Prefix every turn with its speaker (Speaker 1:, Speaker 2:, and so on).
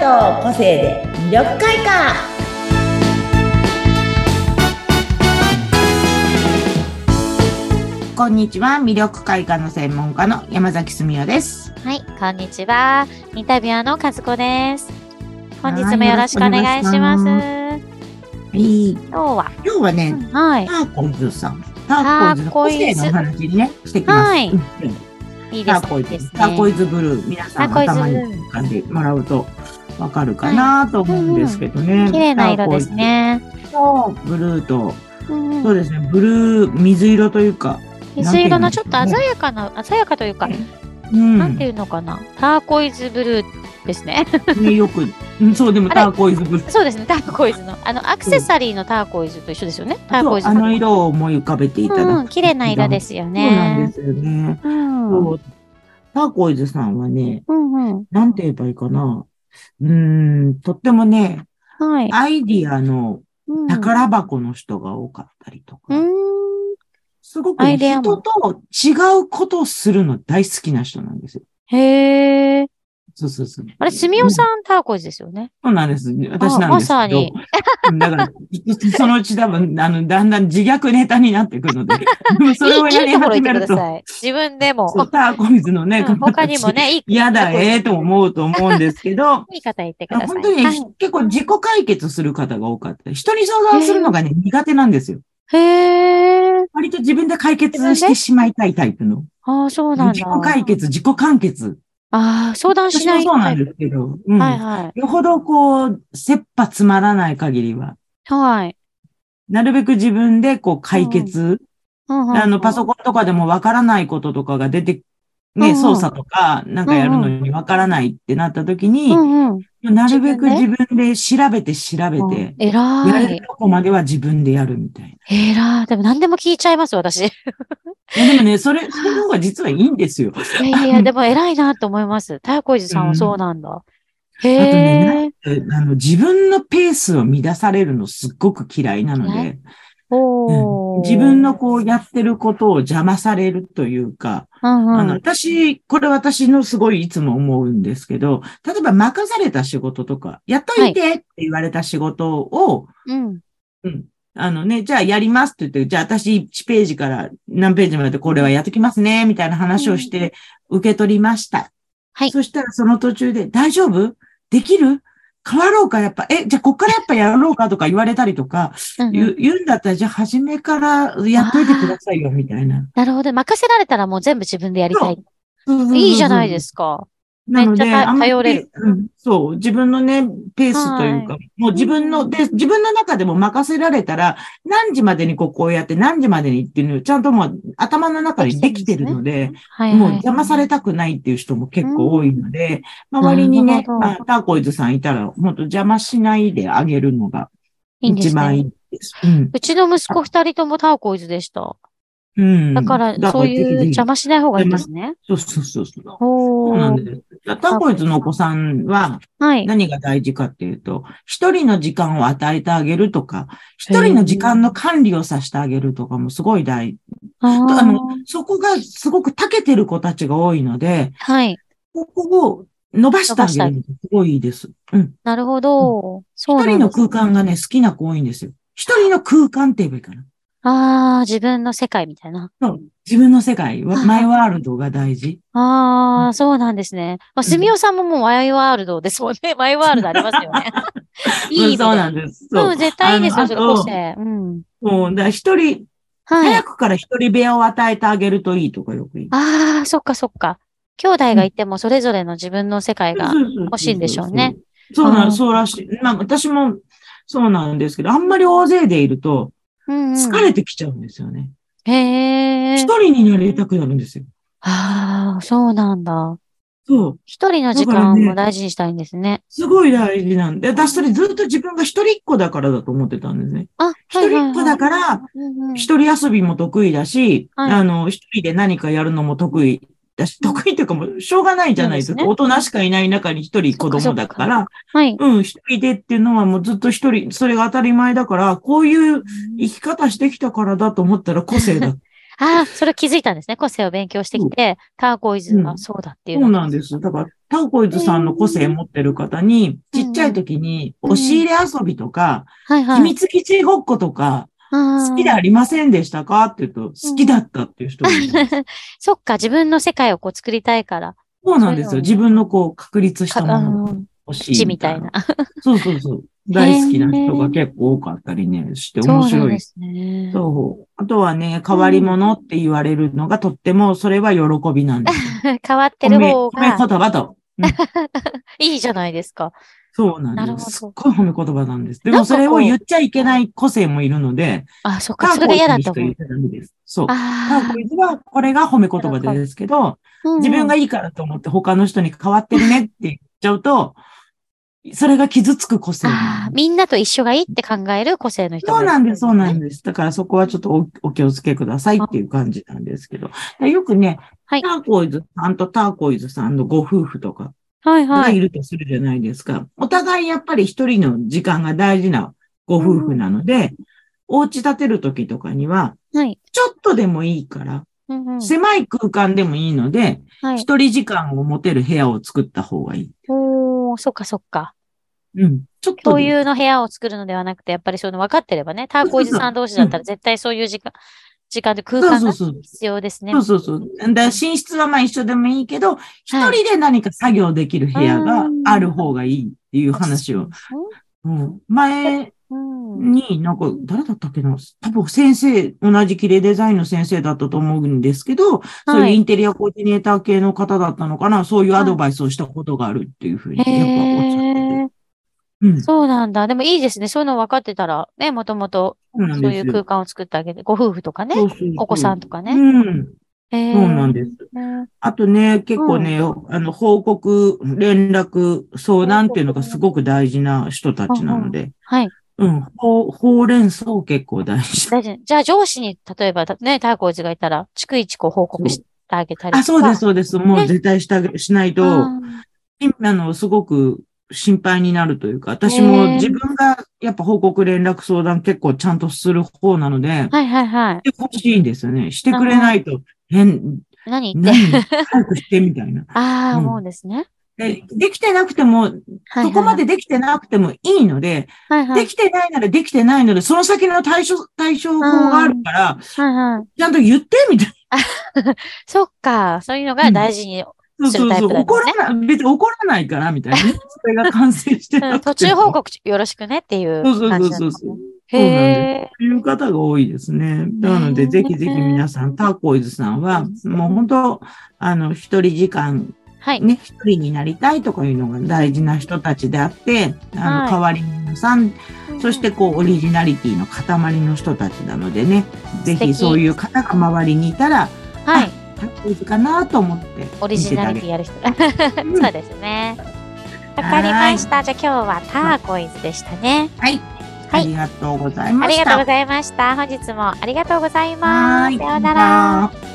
Speaker 1: の個性で魅力開花こんにちは魅力開花の専門家の山崎すみおです
Speaker 2: はい、こんにちは。インタビュアーの和子です。本日もよろしくお願いします。
Speaker 1: いい
Speaker 2: 今日は、
Speaker 1: 今日はね、
Speaker 2: はい
Speaker 1: タ、ーコイズさんターコイズの個性のお話にねしてきます、
Speaker 2: はい
Speaker 1: うん
Speaker 2: いいで
Speaker 1: タ
Speaker 2: す
Speaker 1: ーコイズ、
Speaker 2: いいですね。
Speaker 1: ターコイズブルー皆さん
Speaker 2: ターコイズ
Speaker 1: 頭に浮かんでもらうとわかるかなと思うんですけどね、
Speaker 2: 綺麗な色ですね。
Speaker 1: ターコイズとブルーと
Speaker 2: うん
Speaker 1: そうですね、ブルー、水色というか。
Speaker 2: 水色のちょっと
Speaker 1: なん
Speaker 2: 鮮
Speaker 1: て
Speaker 2: やかな、鮮やかというか、
Speaker 1: うん、
Speaker 2: なんていうのかな。ターコイズブルーで すね。
Speaker 1: ねよく、うんそう、でも
Speaker 2: あれ
Speaker 1: ターコイズブルー。
Speaker 2: そうですね、ターコイズの。あの、アクセサリーのターコイズと一緒ですよね。ターコイズ
Speaker 1: そうあの色を思い浮かべていただく。
Speaker 2: うん、綺麗な色ですよ
Speaker 1: そうなん
Speaker 2: ね
Speaker 1: で。すよね。
Speaker 2: うんう
Speaker 1: そ
Speaker 2: ん
Speaker 1: うターコイズさんはね、
Speaker 2: うん。
Speaker 1: なんて言えばいいかな。うーん、とってもね、
Speaker 2: はい。
Speaker 1: アイディアの
Speaker 2: うん
Speaker 1: 宝箱の人が多かったりとか、
Speaker 2: うん。
Speaker 1: すごく
Speaker 2: ア
Speaker 1: ね
Speaker 2: イデア
Speaker 1: 人
Speaker 2: も
Speaker 1: と違うことをするの大好きな人なんですよ。
Speaker 2: へえ。
Speaker 1: そうそうそう。
Speaker 2: あれ、すみおさ、
Speaker 1: うん
Speaker 2: ターコイズですよね。
Speaker 1: そうなんです。私なんですけど。
Speaker 2: まさに
Speaker 1: だから、 そのうち多分、あの、だんだん自虐ネタになってくるの で、でもそれをや
Speaker 2: いい
Speaker 1: り
Speaker 2: いところ
Speaker 1: 始
Speaker 2: 言って
Speaker 1: める
Speaker 2: くだ
Speaker 1: と、
Speaker 2: さい。自分でも。
Speaker 1: そうターコイズのね、
Speaker 2: うん他にも
Speaker 1: 形、
Speaker 2: ね、いい
Speaker 1: 嫌だ、ええと
Speaker 2: う。
Speaker 1: 思うと思うんですけど、
Speaker 2: いい方言って ください。
Speaker 1: 本当にね、
Speaker 2: はい
Speaker 1: 結構自己解決する方が多かった。人に相談するのがね、苦手なんですよ。
Speaker 2: へえ。
Speaker 1: 割と自分で解決してしまいたいタイプの。
Speaker 2: ああ、そうなん
Speaker 1: 自己
Speaker 2: だ。
Speaker 1: 解決、自己完結。
Speaker 2: ああ、相談し
Speaker 1: 私
Speaker 2: な
Speaker 1: も
Speaker 2: い。
Speaker 1: そうなんですけど、うん。
Speaker 2: はいはい。
Speaker 1: よほどこう、切羽詰まらない限りは、
Speaker 2: はい。
Speaker 1: なるべく自分でこう解決、あの、パソ
Speaker 2: コ
Speaker 1: コンとかでもわからないこととかが出て、
Speaker 2: うんう
Speaker 1: ね、
Speaker 2: ん
Speaker 1: 操作とかなんかやるのにわからないってなった時に、
Speaker 2: うんうん。
Speaker 1: なるべく
Speaker 2: 自
Speaker 1: 自分で調べて調べて、
Speaker 2: え
Speaker 1: や
Speaker 2: ら
Speaker 1: れ
Speaker 2: い
Speaker 1: る。とこまでは自分でやるみたい
Speaker 2: えらい。でも何でも聞いちゃいま す、私。い
Speaker 1: な。いやでもね、それ、その方が実はいいんですよ。
Speaker 2: やいやいや、でも偉いなと思います。ターコイズさんはそうなんだ。へ
Speaker 1: あとね
Speaker 2: え。
Speaker 1: えあの、自分のペースを乱されるのすっごく嫌いなの
Speaker 2: 嫌
Speaker 1: で、
Speaker 2: おー
Speaker 1: 自分のこうやってることを邪魔されるというか、
Speaker 2: うんう
Speaker 1: あ
Speaker 2: ん
Speaker 1: の、私、これ私のすごいいつも思うんですけど、例えば任された仕事とか、やっといてって言われた仕事を、
Speaker 2: うん。
Speaker 1: うん。あのね、じゃあやりますって言って、じゃあ私1ページから何ページまでこれはやっときますね、みたいな話をして受け取りました。
Speaker 2: はい
Speaker 1: そしたらその途中で、大丈夫できる変わろうかやっぱ、え、じゃあこっからやっぱやろうかとか言われたりとか、
Speaker 2: うんう
Speaker 1: 言
Speaker 2: ん
Speaker 1: う言うんだったら、じゃあ初めからやっといてくださいよ、みたいな。
Speaker 2: なるほど。任せられたらもう全部自分でやりたい。い
Speaker 1: い。
Speaker 2: いじゃないですすか。
Speaker 1: なので、
Speaker 2: めっちゃた
Speaker 1: あんまり
Speaker 2: 頼れる
Speaker 1: うんそう、自分のね、ペースというか、もう自分の、で、自分の中でも任せられたら、何時までにここをやって、何時までにっていうのを、ちゃんともう頭の中にできてるので、
Speaker 2: はい、はい。
Speaker 1: もう邪魔されたくないっていう人も結構多いので、周りに
Speaker 2: な
Speaker 1: ね
Speaker 2: る、ほど
Speaker 1: まあ、ターコイズさんいたら、もっと邪魔しないであげるのが、
Speaker 2: いいんですね
Speaker 1: 一番いいです。うん
Speaker 2: うちの息子二人ともターコイズでした。
Speaker 1: うん。
Speaker 2: だから、そういう邪
Speaker 1: 魔。
Speaker 2: 魔しない方がいいんですね。
Speaker 1: そうそうそうそう。そ
Speaker 2: ほ
Speaker 1: うなん
Speaker 2: ー。
Speaker 1: です。ターコイズのお子さんは、
Speaker 2: はい。
Speaker 1: 何が大事かっていうと、一人の時間を与えてあげるとか、一人の時間の管理をさせてあげるとかもすごい大事。
Speaker 2: あ
Speaker 1: あの
Speaker 2: ー、
Speaker 1: そこがすごく長けてる子たちが多いので、
Speaker 2: はい。
Speaker 1: ここを伸ばしてあげるのがすごいいいです。うん。
Speaker 2: なるほど。そう
Speaker 1: 一
Speaker 2: な
Speaker 1: 人
Speaker 2: ん
Speaker 1: の
Speaker 2: です。
Speaker 1: 空間がね、好きな子多いんですよ。一人の空間って言えばいいかな。
Speaker 2: あー、自分の世界みたいな。
Speaker 1: 自分の世界、
Speaker 2: はい
Speaker 1: マイワールドが大事。
Speaker 2: あー、そうなんですね。まあ、すみおさんももうマイワールドですもんね。 マイワールドありますよね。い
Speaker 1: う
Speaker 2: い意味
Speaker 1: んそうなん
Speaker 2: で。
Speaker 1: です。
Speaker 2: う
Speaker 1: そ
Speaker 2: ん、絶対いいです
Speaker 1: あ
Speaker 2: よ、
Speaker 1: の
Speaker 2: それ個性。うん。
Speaker 1: う。もう、だから一人、
Speaker 2: はい。
Speaker 1: 早くから一人部屋を与えてあげるといいとかよく言う。
Speaker 2: ああ、そっかそっか。兄弟がいてもそれぞれの自分の世界が。
Speaker 1: 欲
Speaker 2: しいんでしょうね。
Speaker 1: そう
Speaker 2: あ
Speaker 1: な
Speaker 2: ー
Speaker 1: ん、そうらしい。まあ私もそうなんですけど、あんまり大勢でいると
Speaker 2: うんうん
Speaker 1: 疲れてきちゃうんですよね。
Speaker 2: へ
Speaker 1: 一、
Speaker 2: え。
Speaker 1: 人になりたくなるんですよ。
Speaker 2: ああ、そうなんだ。
Speaker 1: そう。
Speaker 2: 一人の時
Speaker 1: だから
Speaker 2: 間
Speaker 1: ね
Speaker 2: も大事にしたいんですね。
Speaker 1: すごい大事なんで、私それずっと自分が一人っ子だからだと思ってたんですね。
Speaker 2: あ、
Speaker 1: 一人っ子だ
Speaker 2: ら。
Speaker 1: から、
Speaker 2: うんうん
Speaker 1: 一人遊びも得意だし、
Speaker 2: はい
Speaker 1: あの、一人で何かやるのも得意だし、
Speaker 2: うん
Speaker 1: 得意っていうかもうしょうがないじゃないですか。
Speaker 2: そう
Speaker 1: 大人しかいない中に一人子供だから、
Speaker 2: はい。
Speaker 1: うん、一人でっていうのはもうずっと一人、それが当たり前だから、こういう生き方してきたからだと思ったら個性 だ。
Speaker 2: ああ、それ気づいたんですね。個性を勉強してきて、ターコイズ
Speaker 1: う
Speaker 2: が
Speaker 1: ん
Speaker 2: そうだってい
Speaker 1: そうう
Speaker 2: の
Speaker 1: なんです。だから、ターコイズさんの個性持ってる方に、
Speaker 2: うん
Speaker 1: ちっちちゃい時に、押し入れ遊びとか、
Speaker 2: はいは
Speaker 1: 秘
Speaker 2: い。
Speaker 1: 密基地ごっことか、好きで
Speaker 2: あー
Speaker 1: ありませんでしたかって言うと、好きだったっていう人もい る。
Speaker 2: そっか、自分の世界をこう作りたいから。
Speaker 1: そうなんですよ。自分のこう、確立し
Speaker 2: か
Speaker 1: た
Speaker 2: あ
Speaker 1: ものが
Speaker 2: の、
Speaker 1: 欲し
Speaker 2: 地
Speaker 1: い
Speaker 2: みたいな。。
Speaker 1: そうそうそう。大好きな人が結構多かったりね、して
Speaker 2: そう
Speaker 1: 面
Speaker 2: なん
Speaker 1: 白
Speaker 2: で
Speaker 1: い。
Speaker 2: すね。
Speaker 1: そう。あとはね、変わり者って言われるのがとっても、それは喜びなんです よ。
Speaker 2: 変わって
Speaker 1: 褒
Speaker 2: る
Speaker 1: め、
Speaker 2: 方
Speaker 1: 褒め
Speaker 2: が
Speaker 1: 言葉と。
Speaker 2: いいじゃないですか。
Speaker 1: そうなん
Speaker 2: な
Speaker 1: で
Speaker 2: るほ
Speaker 1: す。
Speaker 2: ど
Speaker 1: すっごい褒め言葉なんです。で
Speaker 2: な
Speaker 1: も
Speaker 2: ん
Speaker 1: そ
Speaker 2: かこう
Speaker 1: れを言っちゃいけない個性もいるので、
Speaker 2: あ、そっか、
Speaker 1: カー
Speaker 2: それ
Speaker 1: コ
Speaker 2: が
Speaker 1: イズ
Speaker 2: 嫌だ
Speaker 1: に
Speaker 2: と
Speaker 1: しか
Speaker 2: 思
Speaker 1: 言っ
Speaker 2: う。
Speaker 1: ちゃダメです。そう。カ
Speaker 2: あ
Speaker 1: ーコイズは、これが褒め言葉ですけど、
Speaker 2: あ、
Speaker 1: 自分が
Speaker 2: い
Speaker 1: いいからと思って他の人に変わってるねって言っちゃうと、それが傷つく個性
Speaker 2: あ
Speaker 1: な
Speaker 2: あ、
Speaker 1: んです。
Speaker 2: みんなと一緒がいいって考える個性の人
Speaker 1: そうなんです、そうなん
Speaker 2: で
Speaker 1: です。だからそこはちょっとおお気をつけくださいっていう感じなんですけど。でよくね、
Speaker 2: はい
Speaker 1: ターコイズさんとターコイズさんのご夫婦とか
Speaker 2: す。はいは
Speaker 1: がい
Speaker 2: い。
Speaker 1: るとするじゃないですか。お互いやっぱり一人の時間が大事なご夫婦なので、お家建てる時とかには、
Speaker 2: はい。
Speaker 1: ちょっとでもいいから、
Speaker 2: うんうん
Speaker 1: 狭い空間でもいいので、
Speaker 2: はい。
Speaker 1: 一人時間を持てる部屋を作った方がいい。
Speaker 2: おー、そっかそっか。
Speaker 1: うん。ちょっと
Speaker 2: 共
Speaker 1: でいい。
Speaker 2: 有の部屋を作るのではなくて、やっぱりそういうの分かってればね、ターコイズさん同士だったら絶対そういう時間、時間で空間
Speaker 1: そう
Speaker 2: が
Speaker 1: そうそう
Speaker 2: 必要ですね
Speaker 1: そう。そうそう。だから寝室はまあ一緒でもいいけど、一人で何か作業できる部屋がある方がいいっていう話を。うん、前
Speaker 2: うん。うん
Speaker 1: になんか、誰だったっけな多分先生、同じ綺麗デザインの先生だったと思うんですけど、そういうインテリアコーディネーター系の方だったのかなそういうアドバイスをしたことがあるっていうふうに、やっぱおっしゃってて。
Speaker 2: へー
Speaker 1: うん。そ
Speaker 2: そうなんだ。でもいいですね。そういうの分かってたら、ね、もともと
Speaker 1: うな
Speaker 2: そ
Speaker 1: ん
Speaker 2: う
Speaker 1: で
Speaker 2: い
Speaker 1: す
Speaker 2: う
Speaker 1: よ。
Speaker 2: 空間を作ってあげて、ご夫婦とかね、
Speaker 1: そうそうそう
Speaker 2: お子さんとかね。
Speaker 1: うん。
Speaker 2: へー
Speaker 1: そうなんです。
Speaker 2: ね
Speaker 1: あとね、結構ね、あの、報告、連絡、相談っていうのがすごく大事な人たちなので、
Speaker 2: はい。
Speaker 1: うん、ほう、ほうれん草結構大事。
Speaker 2: 大事。じゃあ上司に、例えば、たね、ターコイズがいたら、逐一こう報告してあげたりとか。
Speaker 1: あ、そうです、。そうです。もう絶対したげ、しないと、
Speaker 2: あー
Speaker 1: 今あの、すごく心配になるというか、私も
Speaker 2: へー
Speaker 1: 自分がやっぱ報告、連絡、相談結構ちゃんとする方なので、
Speaker 2: はいはいはい。
Speaker 1: してほしいんですよね。してくれないと、変、
Speaker 2: 何言って。
Speaker 1: 何、早くしてみたいな。
Speaker 2: ああ、
Speaker 1: うん
Speaker 2: 思うんですね。
Speaker 1: で、できてなくても、
Speaker 2: はいはい
Speaker 1: そこまでできてなくてもいいので、
Speaker 2: はいは
Speaker 1: で
Speaker 2: い。
Speaker 1: きてないならできてないので、その先の対処、対処法があるから、
Speaker 2: はいはい。
Speaker 1: ちゃんと言ってみたい
Speaker 2: そっか。そういうのが大事に。
Speaker 1: な。
Speaker 2: するタイプだよね
Speaker 1: 怒らない、別に怒らないから、みたいな。それが完成して
Speaker 2: う
Speaker 1: なんくても
Speaker 2: 途中報。告よろしくねっていう
Speaker 1: そうそう
Speaker 2: 感
Speaker 1: そ
Speaker 2: じ
Speaker 1: う
Speaker 2: だった
Speaker 1: そ
Speaker 2: の
Speaker 1: う。
Speaker 2: ね
Speaker 1: そう
Speaker 2: へえ。
Speaker 1: いう方が多いですね。なの
Speaker 2: へ
Speaker 1: で、
Speaker 2: ー
Speaker 1: ぜひぜひ皆さん、ターコイズさんは、もう本当、あの、一人時間、
Speaker 2: はい。
Speaker 1: ね、一人になりたいとかいうのが大事な人たちであって、あ
Speaker 2: は
Speaker 1: の、
Speaker 2: い
Speaker 1: 代わり者さんそしてこうオリジナリティの塊の人たちなのでね、ぜ
Speaker 2: 敵
Speaker 1: ひそういう方が周りにいたら、
Speaker 2: うん、はい。
Speaker 1: タッグかなと思って見ててあげ。
Speaker 2: オリジナリティやる人。 そうですね。わかりました。じゃあ今日はターコイズでしたね。
Speaker 1: はい。
Speaker 2: は
Speaker 1: あ
Speaker 2: い
Speaker 1: りがとうございま
Speaker 2: あ
Speaker 1: し
Speaker 2: り
Speaker 1: た。
Speaker 2: がとうございました。本日もありがとうござい
Speaker 1: は
Speaker 2: ま
Speaker 1: ー
Speaker 2: す。
Speaker 1: い
Speaker 2: さようなら。。